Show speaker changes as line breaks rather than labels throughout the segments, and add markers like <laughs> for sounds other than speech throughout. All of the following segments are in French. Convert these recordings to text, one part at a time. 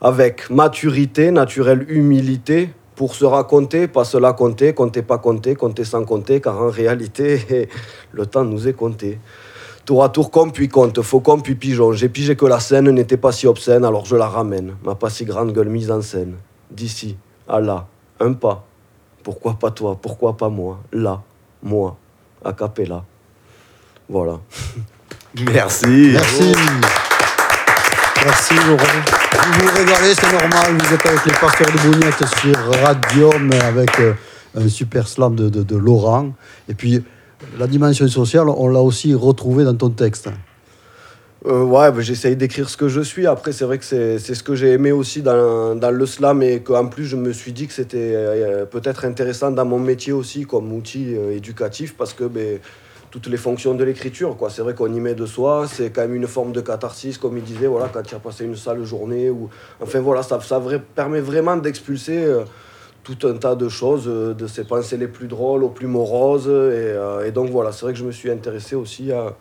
avec maturité, naturelle humilité, pour se raconter, pas se la compter, compter pas compter, compter sans compter, car en réalité, <laughs> le temps nous est compté. Tour à tour, comme puis compte, faucon puis pigeon. J'ai pigé que la scène n'était pas si obscène, alors je la ramène. Ma pas si grande gueule mise en scène. D'ici à là, un pas. Pourquoi pas toi Pourquoi pas moi Là, moi, a cappella. Voilà.
Merci.
Merci. Merci, Laurent. Vous vous régalez, c'est normal. Vous êtes avec les pasteurs de Bougnac sur Radium avec euh, un super slam de, de- de Laurent. Et puis, la dimension sociale, on l'a aussi retrouvée dans
<laughs>
ton texte.
Euh, ouais, bah, j'essaye d'écrire ce que je suis. Après, c'est vrai que c'est c'est ce que j'ai aimé aussi dans, dans le slam et qu'en plus, je me suis dit que c'était euh, peut-être intéressant dans mon métier aussi comme outil euh, éducatif parce que ben, toutes les fonctions de l'écriture, quoi. C'est vrai qu'on y met de soi, c'est quand même une forme de catharsis, comme il disait, voilà, quand tu as passé une sale journée. Ou... Enfin, voilà, ça, ça vra- permet vraiment d'expulser. euh, tout un tas de choses, euh, de ses pensées les plus drôles aux plus moroses. Et, euh, et donc voilà, c'est vrai que je me suis intéressé aussi à,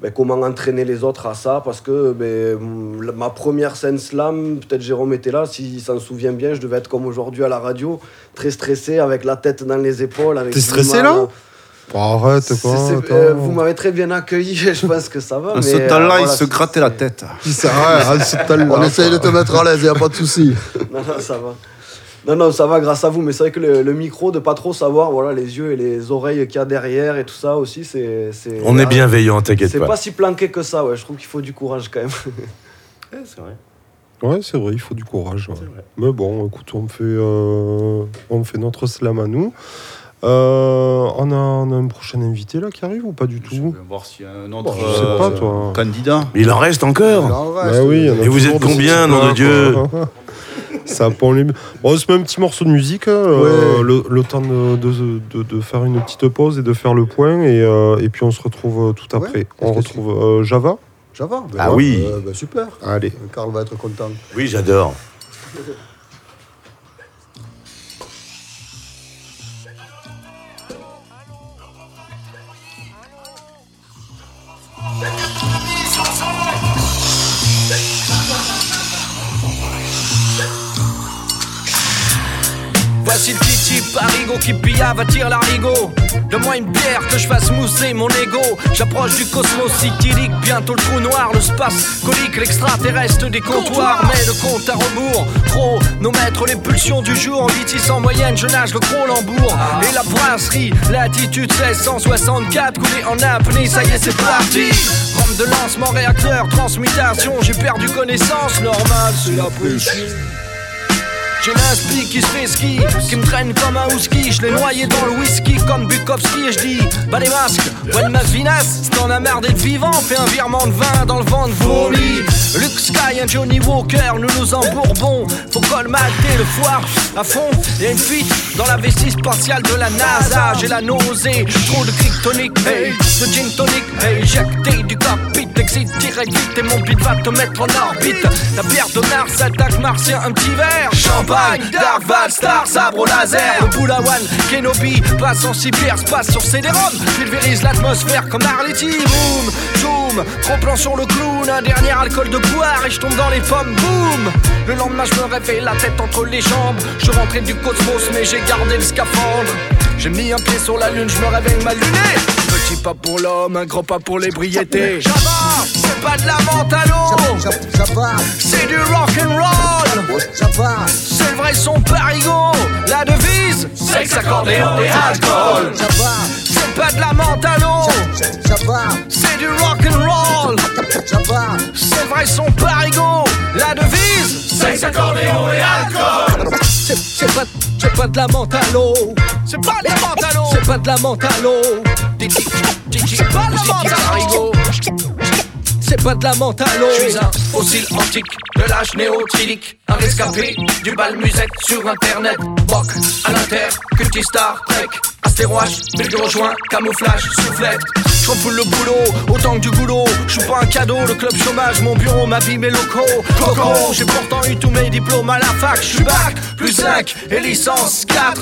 ben, comment entraîner les autres à ça parce que ben, m- la- ma première scène slam, peut-être Jérôme était là, s'il s'en souvient bien, je devais être comme aujourd'hui à la radio, très stressé, avec la tête dans les épaules. avec
T'es
du
stressé,
mal
là
à-
Bah,
Bon, arrête,
C'est- c'est- euh, Vous m'avez très bien accueilli, <laughs> je pense que ça va.
En
mais,
ce
euh,
temps-là, il
voilà,
se
c'est-
grattait la tête.
<laughs> on essaye de te mettre à l'aise, il n'y a pas de souci.
Non, non, ça va. Non, non, ça va grâce à vous, mais c'est vrai que le, le micro, de pas trop savoir, voilà, les yeux et les oreilles qu'il y a derrière et tout ça aussi, c'est. c'est-
On est bienveillant, t'inquiète
C'est
pas.
pas si planqué que ça, ouais. Je trouve qu'il faut du courage quand même.
C'est vrai.
Ouais, c'est vrai, il faut du courage. ouais.
C'est vrai.
Mais bon, écoute, on fait, euh, on fait notre slam à nous. Euh, on, a, on a un prochain invité là qui arrive ou pas du
Je vais
tout
voir s'il y a un
Bon,
autre
Je sais pas,
euh,
toi.
candidat.
Il en reste encore.
Non,
Bah
ouais,
oui, il y en a
Et vous
toujours
êtes
de ces
combien, nom de
types-là, quoi. <laughs> Ça pend les... Bon, c'est un petit morceau de musique, euh,
Ouais.
le, le temps de, de- de- de faire une petite pause et de faire le point, et, euh, et puis on se retrouve euh, tout
Ouais,
après.
est-ce
on
que
retrouve euh, Java
Java. ben
Ah
ouais,
oui.
euh, ben super.
Allez.
Karl va être content.
Oui, j'adore.
Voici le petit type Arigo qui pillave, attire l'arigot. Donne-moi une bière que je fasse mousser mon ego. J'approche du cosmos idyllique, bientôt le trou noir, le space colique, l'extraterrestre des comptoirs. Mais le compte à rebours, chronomètre, les pulsions du jour. Litis en moyenne, je nage le gros lambourg. Et la brasserie, latitude 1664, coulée en apnée, ça y est, c'est parti. Rampe de lancement, réacteur, transmutation, j'ai perdu connaissance, normal, c'est la pression. J'ai l'inspi qui se fait ski, qui me traîne comme un houski. Je l'ai noyé dans le whisky comme Bukowski et je dis Bah les masques, bonne ma vinasse, si t'en as marre d'être vivant, fais un virement de vin dans le vent de folie. Luke Sky, un Johnny Walker, nous nous embourbons. Faut colmater le foire à fond. Y'a une fuite dans la vessie spatiale de la NASA. J'ai la nausée, trop de clic tonique, hey, de gin tonic, hey, éjecté du cockpit, exit direct vite et mon beat va te mettre en orbite. La bière de Mars attaque martien, un petit verre. Champagne, Dark Val, Star, sabre au laser. Le Boulawan, Kenobi, passe en cyber, passe sur CD-ROM. Pulvérise l'atmosphère comme Arletty. Boom, zoom, trop plan sur le clown. Un dernier alcool de boire et je tombe dans les pommes. Boom, le lendemain je me réveille, la tête entre les jambes. Je rentrais du cosmos, mais j'ai gardé le scaphandre. J'ai mis un pied sur la lune, je me réveille ma lunette. Petit pas pour l'homme, un grand pas pour l'ébriété. Java, c'est pas de la mentalo. C'est du rock and roll. C'est le vrai son parigo. La devise, sexe, accordéon et alcool. C'est pas de la mentalo. C'est du rock and roll. C'est le vrai son parigo. La devise, sexe, accordéon et alcool. C'est- C'est pas, c'est pas de la mentalo. C'est pas de la mentalo. C'est pas de la mentalo. C'est pas de la mentalo. C'est pas de la mentalo. Je suis un fossile antique de l'âge néotilique. Un rescapé du bal musette sur internet. Rock à l'inter, culti star, trek, astéroage, bulgare rejoint, camouflage, soufflette. Je le boulot, autant que du boulot. Je suis pas un cadeau, le club chômage, mon bureau, ma vie, mes locaux. Coco, j'ai pourtant eu tous mes diplômes à la fac. Je suis bac, plus 5 et licence 4.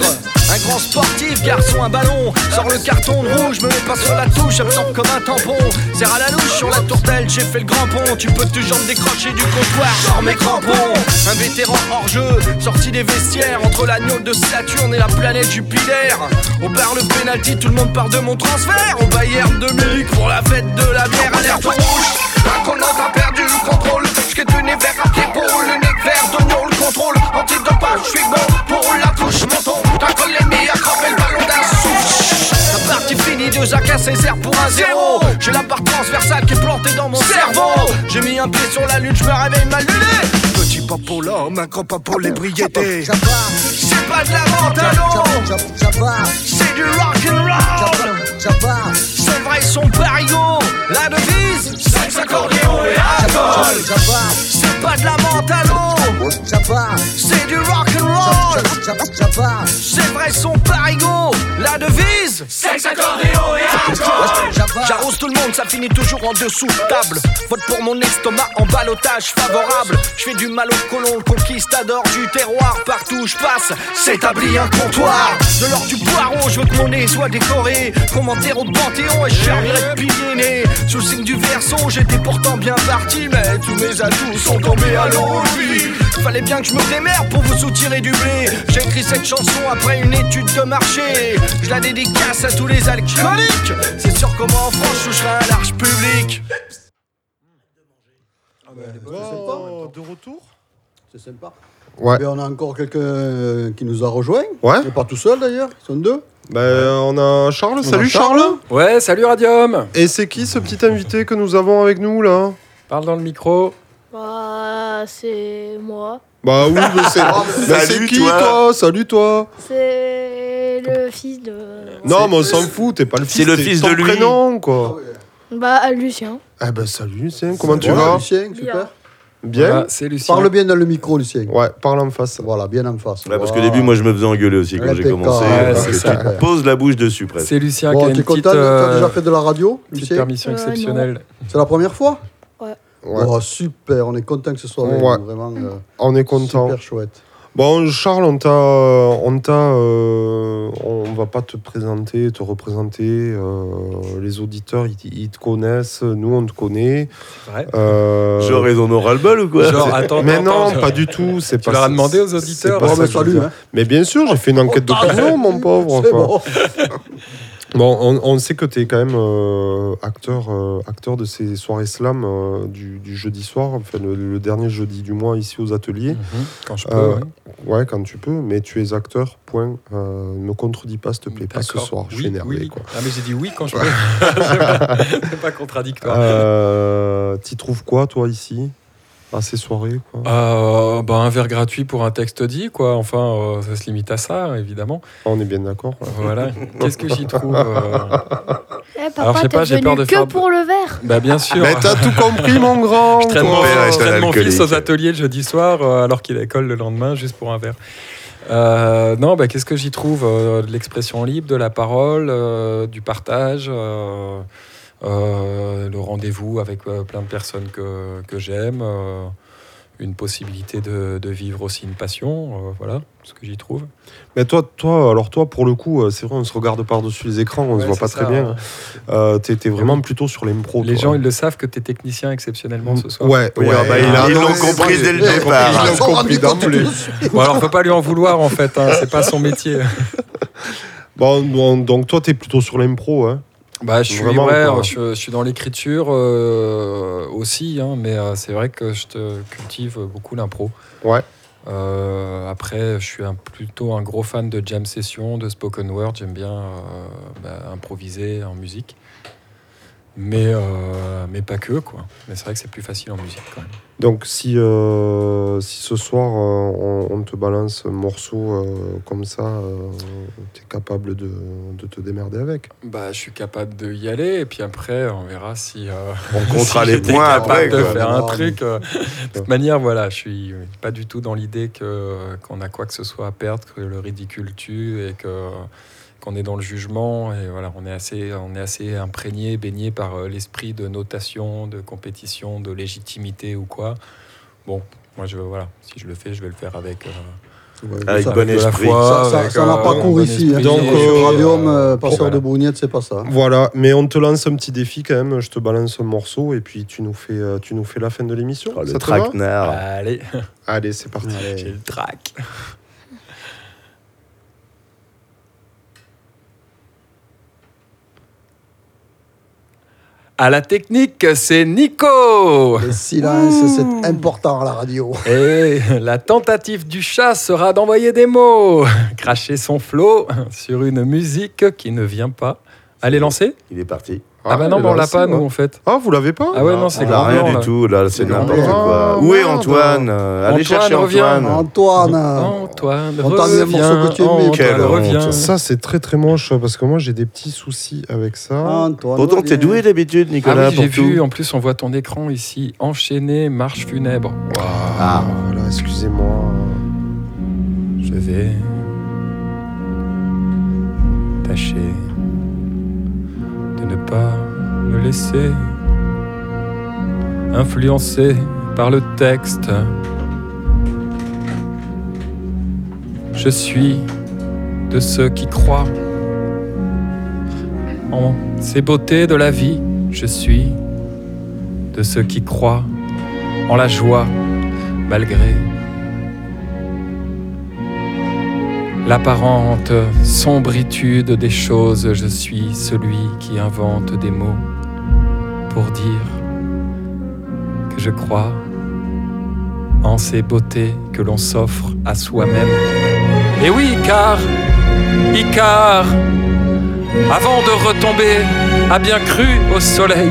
Un grand sportif, garçon, un ballon. Sors le carton de rouge, me mets pas sur la touche, absorbe comme un tampon. Serre à la louche sur la tourtelle, j'ai fait le grand pont. Tu peux toujours me décrocher du comptoir, sors mes crampons. Un vétéran hors jeu, sorti des vestiaires, entre l'agneau de Saturne et la planète Jupiter. On barre le penalty, tout le monde part de mon transfert. Au Bayern de Munich pour la fête de la bière, alerte rouge. Raconant a perdu le contrôle, ce que tu n'es vert à pied pour le nez vert d'oignon, le contrôle. Antidopage, je suis bon pour la touche, menton. Ta colémie a crampé le ballon d'un souffle. La partie finie, deux à 15, Césaire pour un zéro. J'ai la part transversale qui est plantée dans mon cerveau. J'ai mis un pied sur la lune, je me réveille mal luné. Petit pas pour l'homme, un grand pas pour l'ébriété. C'est pas de la vente à l'eau, c'est du rock'n'roll. Seuls vrais sont parigots, la devise, sexe, accordéon et alcool. C'est pas de la mentalo, c'est du rock'n'roll. C'est vrai son parigo, la devise Sexe, accordéon et alcool J'arrose tout le monde, ça finit toujours en dessous de table Vote pour mon estomac en balotage favorable Je fais du mal au colon, le conquistador du terroir Partout où je passe, s'établit un comptoir De l'or du poireau, je veux que mon nez soit décoré Commentaire au panthéon et je servirai de pilier Sous le signe du verso, j'étais pourtant bien parti Mais tous mes atouts sont tombés à l'envie Fallait bien que je me démerde pour vous soutirer du blé. J'ai écrit cette chanson après une étude de marché. Je la dédicace à tous les alcooliques. C'est sûr qu'au moins en France, je toucherai un large public.
Eh
Oh, de retour
C'est sympa.
Ouais.
Et on a encore quelqu'un euh, qui nous a rejoint.
Ouais.
Et pas tout seul d'ailleurs, ils sont deux.
Ben, on a Charles. Salut Charles.
Ouais, salut Radium
Et c'est qui ce petit invité que nous avons avec nous là
Parle dans le micro.
Bah, c'est moi.
Bah oui, mais
<laughs>
c'est mais c'est
Oh, Salut,
qui
toi.
toi, Salut toi.
C'est le fils de.
Non, mais on s'en fout, t'es pas le fils.
C'est le
t'es
fils
ton
de lui.
prénom
Ah
quoi.
Bah, Lucien.
Eh ben salut Lucien, comment tu
Voilà,
vas
Lucien, super.
Bien.
Bien.
Voilà, c'est Lucien.
Parle bien dans le micro, Lucien.
Ouais, parle en face.
Voilà, bien en face.
Ouais, parce qu'au début, moi, je me faisais engueuler aussi quand j'ai
Impeccable.
commencé.
Ouais,
parce
c'est
que
ça,
tu
ouais.
poses la bouche dessus,
Bah,
presque.
C'est Lucien qui
Bon,
a
t'es
une petite,
content T'as
euh,
déjà fait de la radio,
petite
Lucien
permission
Euh,
exceptionnelle.
C'est la première fois
Ouais.
Ouais.
Oh, super, on est content que ce soit avec
Ouais.
nous, vraiment euh,
On est content.
super chouette.
Bon, Charles, on t'a, on t'a, euh, on va pas te présenter, te représenter. euh, les auditeurs, ils, ils te connaissent, nous on te connaît.
vrai.
Euh,
Genre, ils en auront ras-le-bol ou
<laughs>
quoi
Genre, attends,
mais
attends,
non,
attends.
pas du tout. C'est
Tu
pas.
leur as
ça-
demandé aux
c'est
Ah,
auditeurs Oh, bah,
Bon,
pas ça
bah,
ben,
que je veux
salut.
dire.
hein.
Mais bien sûr, j'ai fait une enquête
<laughs>
d'opinion, mon pauvre.
C'est
enfin.
bon.
Bon, on, on sait que tu es quand même euh, acteur, euh, acteur de ces soirées slam euh, du, du jeudi soir, enfin le, le dernier jeudi du mois ici aux ateliers.
Mhm, Quand je peux.
Euh,
ouais.
Ouais, quand tu peux, mais tu es acteur, point. Euh, ne me contredis pas, s'il te plaît, pas ce
D'accord.
soir, je
Oui,
suis énervé.
oui.
quoi.
Ah, mais j'ai dit oui quand je peux. <laughs> C'est pas- C'est
<laughs>
pas contradictoire.
Euh, T'y trouves quoi, toi, ici À ces soirées, quoi
Euh, bah, un verre gratuit pour un texte dit, quoi. Enfin, euh, ça se limite à ça, évidemment.
On est bien d'accord
Voilà. Qu'est-ce que j'y trouve euh,
Eh,
Alors, je
papa,
sais pas,
t'es
j'ai peur de
venu
faire-
que pour le verre.
Bah, bien sûr.
Mais t'as tout compris, mon grand
Je traîne
toi.
mon,
père est
je
un
traîne mon fils
alcoolique.
aux ateliers le jeudi soir euh, alors qu'il école le lendemain juste pour un verre. Euh, non, bah, qu'est-ce que j'y trouve euh, De l'expression libre, de la parole, euh, du partage, euh, euh, le rendez-vous avec euh, plein de personnes que, que j'aime, euh, une possibilité de, de vivre aussi une passion, euh, voilà ce que j'y trouve.
Mais toi, toi, alors toi, pour le coup, euh, c'est vrai, on se regarde par-dessus les écrans, on se
Ouais,
voit
c'est
pas
ça,
très bien.
hein.
Euh, t'es t'es vraiment plutôt sur l'impro.
Les
toi.
gens, ils le savent que tu es technicien exceptionnellement ce soir.
Ouais,
Oui,
ouais,
ah bah,
il a-
ils
non,
l'ont
c'est
compris
vrai.
dès le
Ils l'ont
départ.
compris, ils l'ont compris d'emblée.
Bon, alors, faut pas lui en vouloir en fait, hein, c'est pas son métier.
Bon, bon, donc toi, t'es plutôt sur l'impro, hein
<laughs> Bah, je suis,
Vraiment ou
ouais,
pas
je, je suis dans l'écriture euh, aussi, hein, mais euh, c'est vrai que je te cultive beaucoup l'impro.
Ouais.
Euh, après, je suis un, plutôt un gros fan de jam session, de spoken word. J'aime bien euh, bah, improviser en musique, mais euh, mais pas que quoi. Mais c'est vrai que c'est plus facile en musique quand même.
Donc si, euh, si ce soir, euh, on, on te balance un morceau euh, comme ça, euh, t'es capable de, de te démerder avec.
Bah, je suis capable de y aller, et puis après, on verra <laughs> si. euh,
On comptera
si
les
j'étais
points
capable
après,
de
quoi.
faire un
Non,
truc. euh, de toute manière, voilà, je suis euh, pas du tout dans l'idée que euh, qu'on a quoi que ce soit à perdre, que le ridicule tue et que euh, qu'on est dans le jugement et voilà, on est assez on est assez imprégné, baigné par euh, l'esprit de notation, de compétition, de légitimité ou quoi. Bon, moi je voilà, si je le fais, je vais le faire avec euh,
Ouais,
Avec
ça-
bon
de la
esprit.
foi,
ça- ça-
avec,
ça n'a
euh,
pas
un
cours
bon
ici.
esprit,
Donc,
Donc,
euh,
euh,
radium, euh, passeur
voilà.
de brunette, c'est pas ça.
Voilà, mais on te lance un petit défi quand même. Je te balance un morceau et puis tu nous fais, euh, tu nous fais la fin de l'émission.
Oh,
ça
le
te va
traquenard.
Allez,
Allez, c'est parti.
j'ai le trac. À la technique, c'est Nico
Le silence,
Mmh.
c'est important à la radio.
Et la tentative du chat sera d'envoyer des mots, cracher son flot sur une musique qui ne vient pas. Allez, lancer
Il est parti.
Ah, bah non,
elle
bah, on
est
l'a
lancée,
pas,
moi.
nous, en fait.
Ah, vous l'avez pas
Ah ouais, non, c'est
Il a
grave.
rien du tout, là, c'est
C'est grand
n'importe
blanc.
quoi.
Ah,
Où est
merde.
Antoine Euh, Allez
Oh, Antoine,
chercher
reviens.
Antoine.
Antoine, euh,
Antoine,
On t'a mis un morceau
reviens,
que tu aimais.
Quelle
Antoine,
honte.
reviens.
Ça, c'est très très moche hein, parce que moi j'ai des petits soucis avec ça.
Antoine.
Pourtant, t'es doué d'habitude,
Ah
Nicolas,
oui, j'ai
pour
vu,
tout.
en plus on voit ton écran ici, enchaîné, marche funèbre.
Ah, voilà, excusez-moi.
Je vais tâcher de ne pas me laisser influencer par le texte. Je suis de ceux qui croient en ces beautés de la vie. Je suis de ceux qui croient en la joie malgré L'apparente sombritude des choses, je suis celui qui invente des mots pour dire que je crois en ces beautés que l'on s'offre à soi-même. Et oui, car, Icar, avant de retomber, a bien cru au soleil.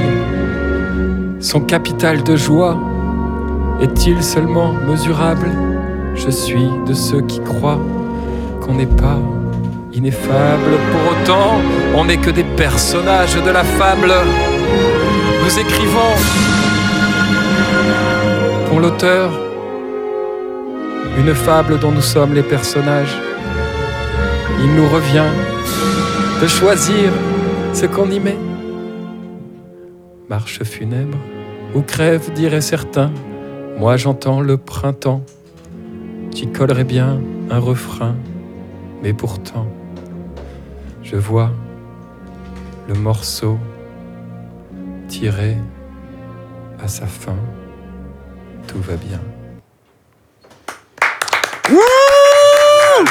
Son capital de joie est-il seulement mesurable Je suis de ceux qui croient qu'on n'est pas ineffable. Pour autant, on n'est que des personnages de la fable. Nous écrivons pour l'auteur une fable dont nous sommes les personnages. Il nous revient de choisir ce qu'on y met. Marche funèbre ou crève, diraient certains. Moi j'entends le printemps. J'y collerai bien un refrain. Mais pourtant, je vois le morceau tiré à sa fin. Tout va bien.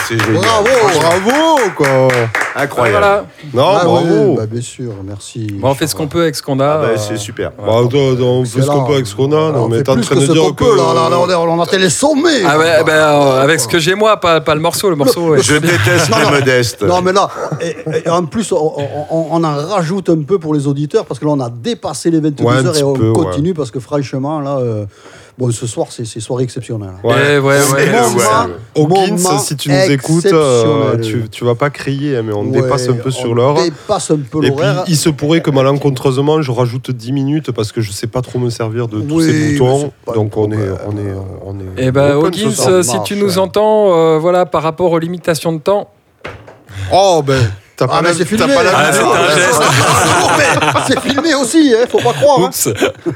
C'est génial.
Bravo
Ah, Bravo quoi
Incroyable.
Voilà.
Non,
Ah
bravo
oui, bah, Bien sûr, merci.
Bon, on fait ce qu'on peut avec ce qu'on
Ah
a.
bah,
euh,
c'est super.
Bah, attends, attends, on fait ce qu'on peut avec ce qu'on
hein.
a, non,
On
mais
fait
t'es en
plus
train
que
de
ce qu'on
dire que.
peut, là, là, là, on est- on en a les sommets.
Ah ouais, ben, euh, avec ce que j'ai moi, pas, pas le morceau, le morceau. est
Je
<laughs> très bien.
déteste
Non,
les
non.
modestes.
Non, mais là, et- et en plus, on, on- on en rajoute un peu pour les auditeurs parce que là, on a dépassé les 22
Ouais, un
heures et
petit
on
peu, ouais.
continue parce que franchement, là, euh, bon, ce soir, c'est c'est soirée exceptionnelle.
Eh ouais, ouais,
le
c'est ça.
ouais.
euh, Hawkins,
Moment
si tu nous écoutes, euh,
exceptionnel.
tu, tu vas pas crier, hein, mais on
Ouais,
dépasse un peu sur l'heure.
On dépasse un peu
Et puis,
l'horaire.
il se pourrait que malencontreusement, je rajoute 10 minutes parce que je sais pas trop me servir de tous
Oui,
ces
mais
boutons.
c'est pas euh.
Donc,
le
on est,
problème.
on est, on est.
Eh ben,
open ce
Hawkins,
soir.
euh, si tu nous entends, euh, voilà, par rapport aux limitations de temps.
Oh, ben, t'as
Ah,
pas
mais
la
c'est
t'as
filmé.
pas la-
hein.
Ah, c'est un geste.
Non, mais <laughs> C'est filmé aussi, hein, faut pas croire. hein.
Oups.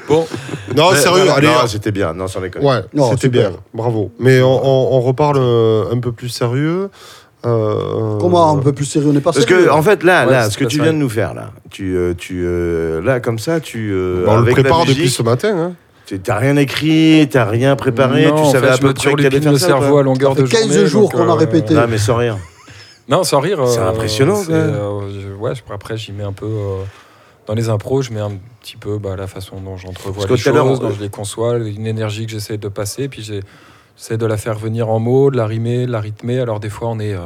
Bon,
Non, sérieux, allez. ah,
Non, c'était bien. Non, sans déconner.
Ouais,
Non,
c'était
super.
bien. Bravo. Mais on, on- on reparle euh, un peu plus sérieux. Euh,
Comment hein. on peut plus sérieux On n'est pas
Parce
sérieux.
que, en fait, là,
Ouais,
là
c'est
ce que
pas
tu
ça.
viens de nous faire, là, tu, euh, tu, euh, là, comme ça, tu, euh,
Bah, on le
avec la
prépare depuis
musique,
ce matin. hein.
tu- t'as rien écrit, t'as rien préparé,
non,
tu
en
savais
fait,
à
je me
peu près que t'allais
turlupine
faire
le
ça. toi.
cerveau à longueur
Ça
de
fait
journée.
15 jours
donc,
qu'on a
euh,
répété.
Non, mais sans rire.
Non, sans rire.
C'est
euh,
impressionnant,
c'est,
quoi.
euh, je- ouais, je- après, j'y mets un peu. euh, dans les impros, je mets un petit peu bah, la façon dont j'entrevois
Parce que
les
tout à l'heure,
choses,
on-
dont je les conçois, une énergie que j'essaie de passer, puis j'ai- j'essaie de la faire venir en mots, de la rimer, de la rythmer. Alors, des fois, on est. euh,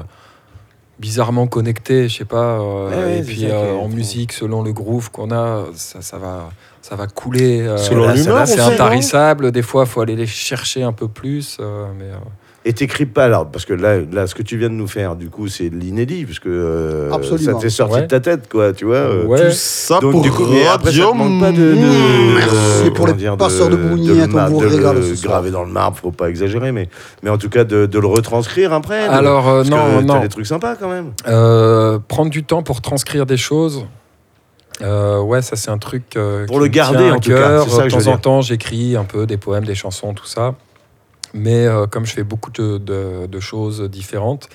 bizarrement connecté, je sais pas, euh,
Ouais, ouais,
et
c'est
puis
ça qui est
euh, en
étonnant.
musique, selon le groove qu'on a, ça, ça va, ça va couler. euh,
Selon
là, ça
l'humeur,
va, c'est
on sait,
intarissable. Des fois, faut aller les chercher un peu plus. euh, mais, euh,
Et t'écris pas, là, parce que là, là, ce que tu viens de nous faire, du coup, c'est de l'inédit, parce que euh,
Absolument.
ça t'est sorti
Ouais.
de ta tête, quoi, tu vois. euh,
ouais.
Tout ça
Donc,
pour
du coup, mais après, ça
Radio Mmh,
demande pas de. de- de-
Merci pour
comment
les passeurs de Bourgnettes, on
mar-
vous
de le
régale ce soir.
Graver dans le marbre, faut pas exagérer, mais, mais en tout cas, de, de le retranscrire après. de-
Alors, euh,
parce que
non,
t'as
non.
des trucs sympas quand même.
Euh, prendre du temps pour transcrire des choses. Euh, ouais, ça c'est un truc euh,
Pour
qui
le
me tient
garder,
à
en tout
cœur.
cas, c'est ça que
de
je
temps
veux
en
dire.
temps, j'écris un peu des poèmes, des chansons, tout ça. Mais euh, comme je fais beaucoup de, de- de choses différentes,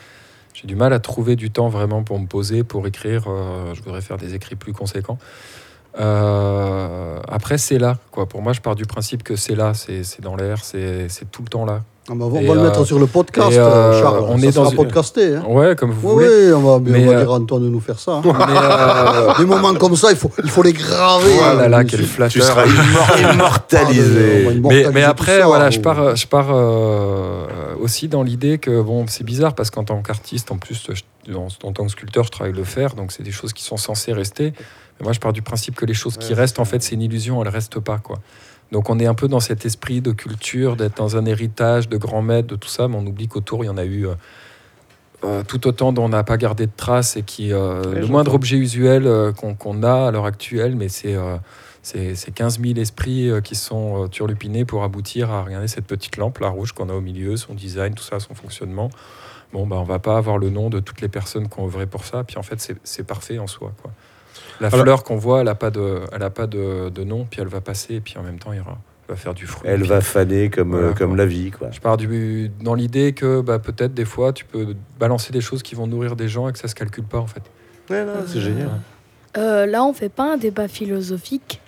j'ai du mal à trouver du temps vraiment pour me poser, pour écrire. euh, je voudrais faire des écrits plus conséquents. Euh, après, c'est là. Quoi. Pour moi, je pars du principe que c'est là, c'est c'est dans l'air, c'est c'est tout le temps là.
Ah, bah, on va
Et,
le mettre
euh,
sur le podcast,
et, euh,
Charles.
on
On ça
est
est sera
dans une-
podcasté. Hein.
Ouais, comme vous
Oui,
voulez.
oui, on va, mais
Mais,
on va
euh,
dire à Antoine de nous faire ça. hein.
<laughs> Mais, euh,
<laughs> Des moments comme ça, il faut, il faut les graver. hein.
oh là là, quel
Monsieur.
Tu
flatteur.
seras immor-
Ah, on
immortalisé.
va
mais,
immortaliser
mais
tout
après,
ça, hein.
voilà,
on-
je pars, euh, je pars euh, aussi dans l'idée que bon, c'est bizarre parce qu'en tant qu'artiste, en plus, je- en, en tant que sculpteur, je travaille le fer, donc c'est des choses qui sont censées rester. Mais moi, je pars du principe que les choses qui restent, en fait, c'est une illusion, elles restent pas, quoi. Donc on est un peu dans cet esprit de culture, d'être dans un héritage de grand maître, de tout ça, mais on oublie qu'autour, il y en a eu euh, euh, tout autant dont on n'a pas gardé de traces et qui, euh, le moindre objet usuel euh, qu'on qu'on a à l'heure actuelle, mais c'est euh, c'est c'est 15 000 esprits euh, qui sont euh, turlupinés pour aboutir à regarder cette petite lampe, la rouge qu'on a au milieu, son design, tout ça, son fonctionnement. Bon, bah, on va pas avoir le nom de toutes les personnes qui ont œuvré pour ça. Puis en fait, c'est- c'est parfait en soi. Quoi. La
Alors-
fleur qu'on voit, elle n'a pas, de, elle a pas de, de nom, puis elle va passer, et puis en même temps, il y aura- elle va faire du fruit.
Elle
Puis
va faner comme, euh,
Voilà,
comme
quoi.
la vie, quoi.
Je pars du, dans l'idée que bah, peut-être des fois, tu peux balancer des choses qui vont nourrir des gens et que ça se calcule pas en fait.
c'est génial.
Euh, là, on fait pas un débat philosophique.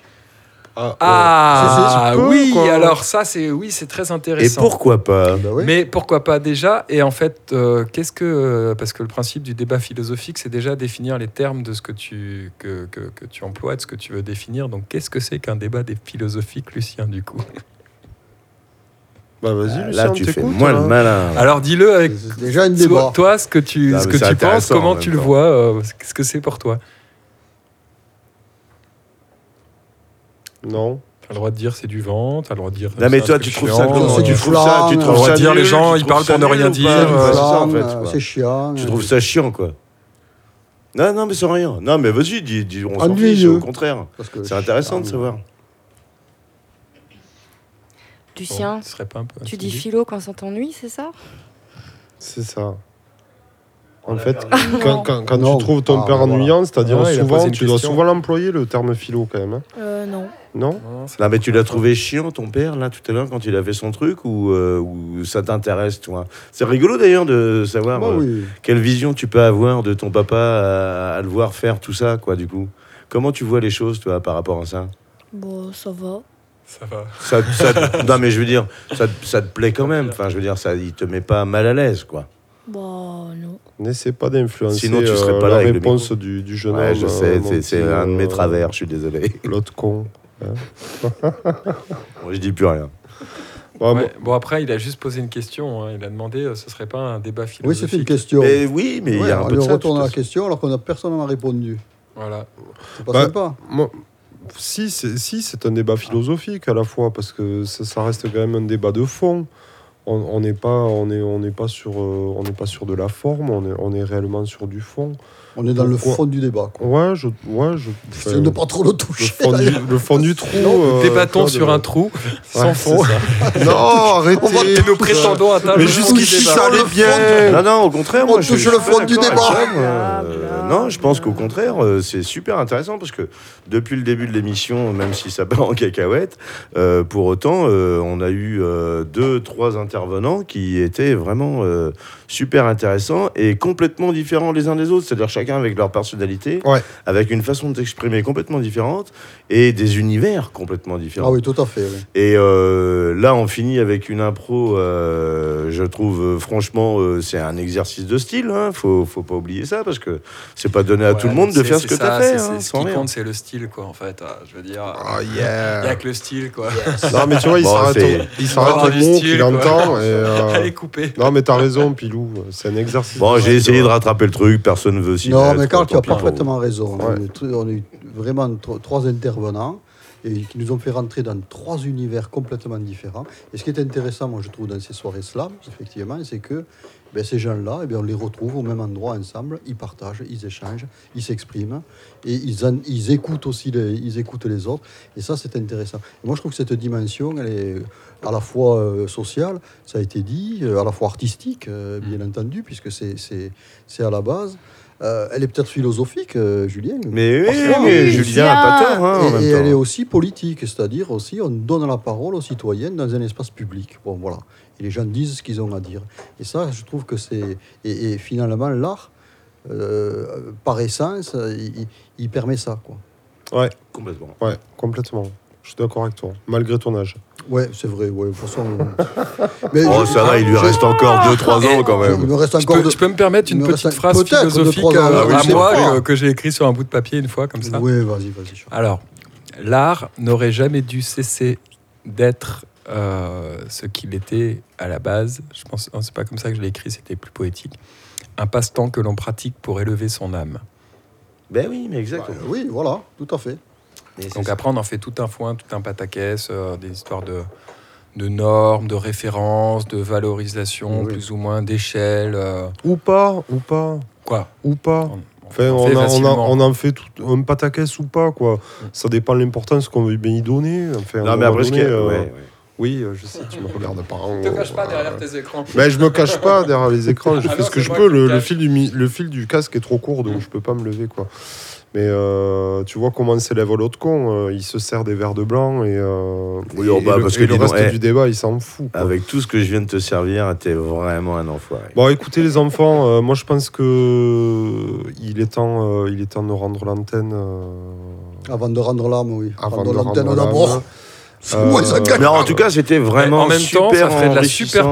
Ah, c'est- c'est peu,
oui,
quoi.
alors ça, c'est oui, c'est très
Et
intéressant.
pourquoi pas
Bah oui.
Mais pourquoi pas déjà Et en fait, euh, qu'est-ce que. euh, Parce que le principe du débat philosophique, c'est déjà définir les termes de ce que tu, que, que, que tu emploies, de ce que tu veux définir. Donc, qu'est-ce que c'est qu'un débat des philosophiques, Lucien, du coup
Bah vas-y,
Ah,
Lucien,
Là,
on
tu fais
t'écoute,
moins
là.
le malin.
Alors, dis-le avec.
C'est déjà une
Toi,
débat.
toi, ce que tu,
Non,
ce
mais
que
c'est
tu penses,
intéressant en
comment
même
tu le
temps.
vois, euh, qu'est-ce que c'est pour toi
Non.
T'as le droit de dire c'est du vent, t'as le droit de dire.
Non, mais
c'est
toi,
un
tu
truc
trouves
chiant,
ça comment
c'est
euh,
du
Tu trouves ça-
flan,
tu
euh,
trouves
on va
ça
dire,
nul,
les gens,
tu
ils parlent
trouves
pour
ça
ne rien
nul ou
dire,
pas
C'est du
Tu vois, c'est ça,
flan,
en fait,
euh,
quoi.
c'est chiant.
Tu
euh,
trouves ça chiant, quoi. Non, non, mais sans rien. Non, mais vas-y, dis, dis- on s'en
Ennuyeux.
fiche, au contraire.
Euh,
parce que-
C'est intéressant de
Ah,
savoir.
Lucien,
ce serait pas un peu-
tu dis philo quand ça t'ennuie, c'est ça
C'est ça. En fait, quand, quand- quand
Non.
tu trouves ton
Ah,
père
voilà.
ennuyant, c'est-à-dire
Ah, il a
souvent,
posé une
tu dois
question.
souvent l'employer le terme philo quand même. hein.
Euh, non.
Non
Non, c'est-
Non, mais tu l'as trouvé chiant, ton père, là, tout à l'heure, quand il a fait son truc, ou, euh, ou ça t'intéresse, toi C'est rigolo, d'ailleurs, de savoir
bah
euh,
oui.
quelle vision tu peux avoir de ton papa à, à le voir faire tout ça, quoi, du coup. Comment tu vois les choses, toi, par rapport à ça
Bon, Bah, ça va.
Ça va.
ça, ça te- Non, mais je veux dire, ça, te- ça te plaît quand même. Enfin, je veux dire, ça, il te met pas mal à l'aise, quoi.
Bah, non.
N'essaie pas d'influencer
Sinon, tu serais
euh,
pas là
la
avec le
réponse du, du jeune
Ouais,
homme.
je
euh,
sais,
mon
c'est- c'est
petit,
un de
euh,
mes travers, je suis désolé.
L'autre con.
<laughs> Moi, je dis plus rien.
Ouais,
Ouais, bon, après, il a juste posé une question. hein. Il a demandé euh, ce serait pas un débat
Oui,
philosophique
c'est une question.
Mais oui, mais il
Ouais,
y a un
on
peu
lui
de ça.
retourne
tout à
la
fait.
question alors qu'on a personne n'a répondu.
Voilà.
C'est pas
Bah,
sympa.
Moi, si, c'est si, c'est un débat philosophique à la fois, parce que ça, ça reste quand même un débat de fond. On on n'est pas, on est, on n'est pas sur, euh, on n'est pas sur de la forme. On est, on est réellement sur du fond.
On est dans le
pourquoi
fond du débat. quoi.
Ouais, je, ouais, je.
Euh,
J'essaie de ne pas trop le
le
toucher.
fond du, le fond du trou. euh,
Débattons
Claude,
sur
ouais.
un trou
Ouais,
sans fond.
c'est ça. non, <laughs> arrêtez.
On va
Et nous prétendons atteindre
Mais
le fond
jusqu'ici,
du débat.
ça allait bien.
Non, non, au contraire,
On
moi, je
touche
je
le
suis
fond
pas
du
d'accord avec
débat.
Sam, euh, non, je pense qu'au contraire, euh, c'est super intéressant parce que depuis le début de l'émission, même si ça <laughs> part en cacahuète, euh, pour autant, euh, on a eu euh, deux, trois intervenants qui étaient vraiment euh, super intéressants et complètement différents les uns des autres, c'est-à-dire chacun avec leur personnalité,
Ouais.
avec une façon de s'exprimer complètement différente et des univers complètement différents.
Ah oui, tout à fait. oui.
Et euh, là, on finit avec une impro. euh, je trouve, euh, franchement, euh, c'est un exercice de style. Hein, faut, faut pas oublier ça parce que c'est pas donné à tout le monde de faire ce que
tu as
t'as fait. hein,
ce
sans
qui
rire.
compte, c'est le style, quoi, en fait. Ah, Je veux dire,
Oh,
il
yeah.
n'y a que le style, quoi.
<laughs> <laughs> Non, mais tu vois, il
Bon,
s'arrête
c'est-
au- il s'arrête
Avoir
au
du
mot
style,
qu'il
quoi.
entend. et, euh,
<laughs> <laughs> Allez, couper.
Non, mais t'as raison, Pilou. C'est un exercice.
Bon, j'ai essayé de rattraper le truc. Personne veut s'y
Non,
mettre,
mais Carl, tu
tant
as
pis hein. pour
parfaitement raison. On, a
Ouais.
eu, tr- on a eu vraiment tro- trois intervenants et qui nous ont fait rentrer dans trois univers complètement différents. Et ce qui est intéressant, moi, je trouve, dans ces soirées slam, effectivement, c'est que ben, ces gens-là, eh bien, on les retrouve au même endroit ensemble. Ils partagent, ils échangent, ils s'expriment et ils, en- ils écoutent aussi les, ils écoutent les autres. Et ça, c'est intéressant. Et moi, je trouve que cette dimension, elle est à la fois euh, sociale, ça a été dit, euh, à la fois artistique,
Mm.
euh, bien entendu, puisque c'est- c'est c'est à la base. Euh, elle est peut-être philosophique, euh, Julien.
Mais, oui,
Parfaitement.
mais
euh,
Oui,
Ah,
Julien a pas tort. Hein, en
et,
même
et
temps.
elle est aussi politique, c'est-à-dire aussi on donne la parole aux citoyens dans un espace public. Bon, voilà. et les gens disent ce qu'ils ont à dire. Et ça, je trouve que c'est. Et, et finalement, l'art, euh, par essence, il, il- il permet ça. Quoi.
Ouais,
Complètement.
ouais, complètement. Je suis d'accord avec toi, malgré ton âge.
Ouais, c'est vrai. Ouais, de toute façon, mais
Oh,
je-
ça va, il lui
je-
reste encore 2-3 ans quand
je- Il
même.
me reste
Je
encore
peux,
de-
je peux me permettre
il
une
me reste
petite
un-
phrase
peut-être deux,
philosophique
trois ans.
euh,
Ah oui,
à
c'est
moi
pas.
que, que j'ai écrit sur un bout de papier une fois comme ça.
Oui, vas-y, vas-y. je-
Alors, l'art n'aurait jamais dû cesser d'être euh, ce qu'il était à la base. Je pense, non, c'est pas comme ça que je l'ai écrit, c'était plus poétique. Un passe-temps que l'on pratique pour élever son âme.
Ben oui, mais
Bah,
exactement.
oui, voilà, tout à fait.
Mais c'est
Donc
ça.
après, on en fait tout un foin, tout un pataquès, euh, des histoires de, de normes, de références, de valorisation,
Oui.
plus ou moins d'échelle. euh,
Ou pas, ou pas,
quoi
ou pas.
On, on
Enfin,
en
on,
fait
a- on a-
facilement.
on en fait tout, un pataquès ou pas, quoi.
Mm.
Ça dépend de l'importance qu'on veut bien y donner. Enfin, à un
Non, mais
moment
après, ce qu'il
donné,
y a.
euh,
ouais, ouais.
Oui, euh, je sais, tu me regardes pas. hein, oh,
<laughs> te cache pas
euh,
derrière tes écrans.
Ben, je me cache pas derrière
<laughs>
les écrans, je
Ah
fais
non,
ce que
c'est
je
moi
peux.
qui me
Le, le
cache. Mm.
fil du, mi- le fil du casque est trop court, donc je peux pas me lever. quoi. Mais euh, tu vois comment s'élève l'autre con. euh, il se sert des verres de blanc et, euh,
Oui,
et-
oh, bah,
et le,
parce
et
que
le
dis donc,
reste
eh.
du débat, il s'en fout. quoi.
Avec tout ce que je viens de te servir, t'es vraiment un enfoiré.
Bon, écoutez les enfants, euh, moi je pense que il est temps, euh, il est temps de rendre l'antenne. euh,
Avant de rendre l'âme, oui.
avant
Rendre
de rendre
l'antenne
l'âme.
d'abord.
Euh,
<laughs> Ouais, ça gagne.
Mais en tout cas, c'était vraiment
en même
super
temps, ça ferait de la
enrichissant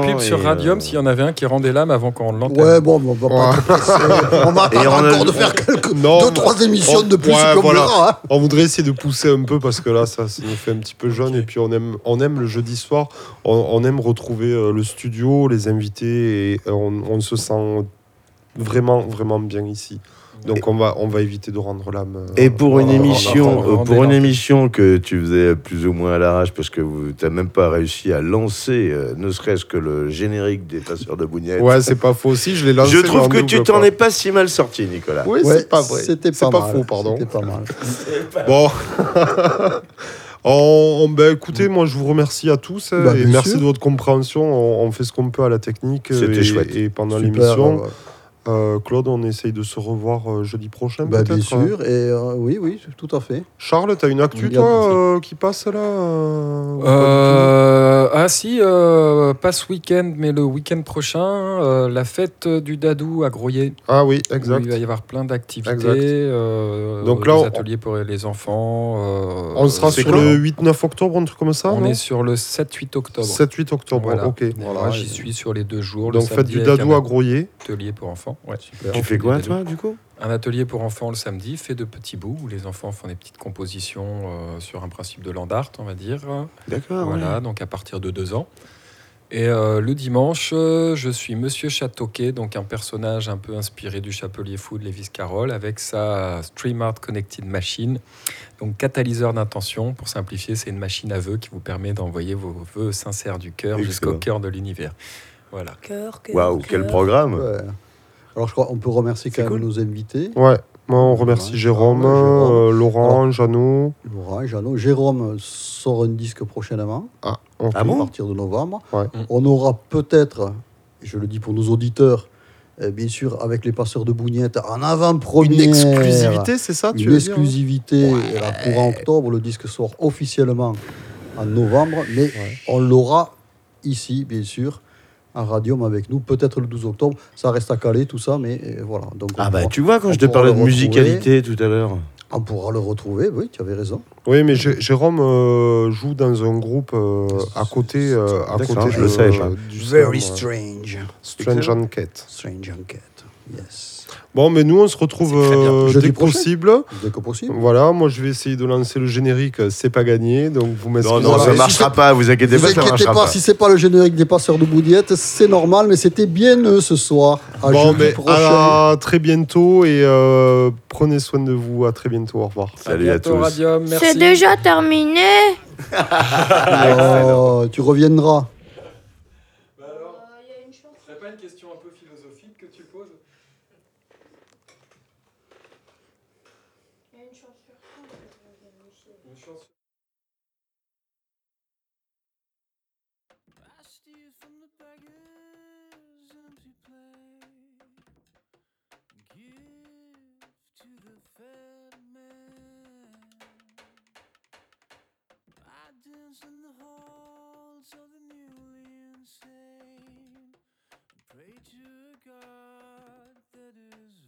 super pub sur
et, euh,
Radium s'il y en avait un qui rendait l'âme avant qu'on l'entende.
Ouais, bon, on va pas te presser. On va
Et
attendre
on a-
encore de faire quelques,
Non,
deux,
mais-
trois émissions
Oh,
de plus
ouais,
comme
voilà.
là. hein.
On voudrait essayer de pousser un peu parce que là, ça, ça nous fait un petit peu jeune. Et puis, on aime, on aime le jeudi soir. On, on aime retrouver euh, le studio, les invités. Et euh, on, on se sent vraiment, vraiment bien ici. Donc, on va, on va éviter de rendre l'âme. euh,
Et pour une
euh,
émission,
attends,
euh,
rendez
pour une
l'antenne.
émission que tu faisais plus ou moins à l'arrache parce que vous- t'as même pas réussi à lancer, euh, ne serait-ce que le générique des passeurs de bougnettes.
E
Ouais, c'est pas faux aussi. Je l'ai lancé.
je
mais
trouve
on
que tu
ouvre
t'en
pas.
es pas si mal sorti, Nicolas.
Oui,
Ouais,
c'est pas vrai.
C'était
C'est
pas,
pas
mal,
faux, pardon.
C'était pas mal.
Bon. <laughs> On- on- ben, écoutez, moi je vous remercie à tous hein,
Bah,
et
bien
merci
sûr.
de votre compréhension. On, on fait ce qu'on peut à la technique euh,
C'était
et,
chouette.
et pendant
Super, Bah,
l'émission.
ouais.
Euh, Claude, on essaye de se revoir euh, jeudi prochain,
Bah,
peut-être.
bien
hein.
sûr. Et euh, oui, oui, tout à fait.
Charles, t'as une actu,
Oui,
toi,
bien sûr.
euh, qui passe là euh, ou pas
Euh, ah si, euh, pas ce week-end, mais le week-end prochain, euh, la fête du Dadou à
du
Groyer.
tout Ah oui,
où
exact.
Il va y avoir plein d'activités,
Exact.
euh,
Donc
Donc
là,
là,
on-
ateliers pour les enfants. euh,
on sera
c'est
sur
quand
le 8-9 octobre, un truc comme ça
On
non
est sur le 7-8 octobre.
7-8 octobre,
Voilà.
ok.
Et Moi, j'y suis sur les deux jours. le
Donc faites
samedi
du
avec
dadou
un
à Groyer.
Atelier pour enfants. ouais.
Tu fais quoi, toi, du coup
Un atelier pour enfants le samedi, fait de petits bouts, où les enfants font des petites compositions euh, sur un principe de land art, on va dire.
D'accord.
voilà, donc à partir de deux ans. Et euh, le dimanche, euh, je suis Monsieur Chatoquet, donc un personnage un peu inspiré du Chapelier Fou de Lewis Carroll, avec sa Stream Art Connected Machine, donc catalyseur d'intention. Pour simplifier, c'est une machine à vœux qui vous permet d'envoyer vos vœux sincères du cœur jusqu'au
Excellent.
cœur de l'univers. Voilà.
Cœur, cœur,
Waouh, quel
cœur.
programme
Ouais. Alors, je crois qu'on peut remercier
C'est
quand même
cool.
nos invités.
Ouais. Moi, on remercie
Ouais,
Jérôme,
ah ouais, Jérôme.
euh, Laurent, Jeannot.
Laura, Jeannot. Jérôme sort un disque prochainement,
Ah, ok.
Ah bon
à partir de novembre.
Ouais.
Mm.
On aura peut-être, et je le dis pour nos auditeurs, euh, bien sûr, avec les passeurs de Bougnettes, en avant-première.
Une exclusivité, c'est ça, tu
oh, une
veux dire, hein
exclusivité et là, pour en octobre. Le disque sort officiellement en novembre, mais on l'aura ici, bien sûr, en Radium avec nous, peut-être le 12 octobre. Ça reste à caler, tout ça, mais euh, voilà. Donc,
Ah
on,
bah
pourra,
tu vois quand
on
je te
pourra
parlais
le
de
retrouver.
musicalité tout à l'heure.
on pourra le retrouver, oui, tu avais raison.
Oui, mais Jé- Jérôme euh, joue dans un groupe euh, à côté, euh, à
D'accord,
côté
je
de-
le savais pas.
du
Very
Sam, euh,
strange.
Strange
Excellent.
Enquête.
Strange Enquête. Yes.
Bon, mais nous, on se retrouve
C'est très bien.
euh,
Jeudi
dès que
prochain.
possible.
Dès que possible.
Voilà, moi, je vais essayer de lancer le générique. euh, C'est pas gagné, donc vous
Non
m'excusez.
non ça
si
marchera
c'est-
pas, vous inquiétez
Ne vous
pas ça
inquiétez
marchera
pas,
pas.
si c'est pas le générique des passeurs de Boudiette, c'est normal, mais c'était bien eux ce soir. À
Bon,
jeudi
mais
prochain.
à très bientôt et euh, prenez soin de vous. À très bientôt. Au revoir.
Salut à
bientôt,
tous.
Radium, merci.
C'est déjà terminé
Oh, tu reviendras.
serait pas une question un peu philosophique que tu poses
Steal from the baggage.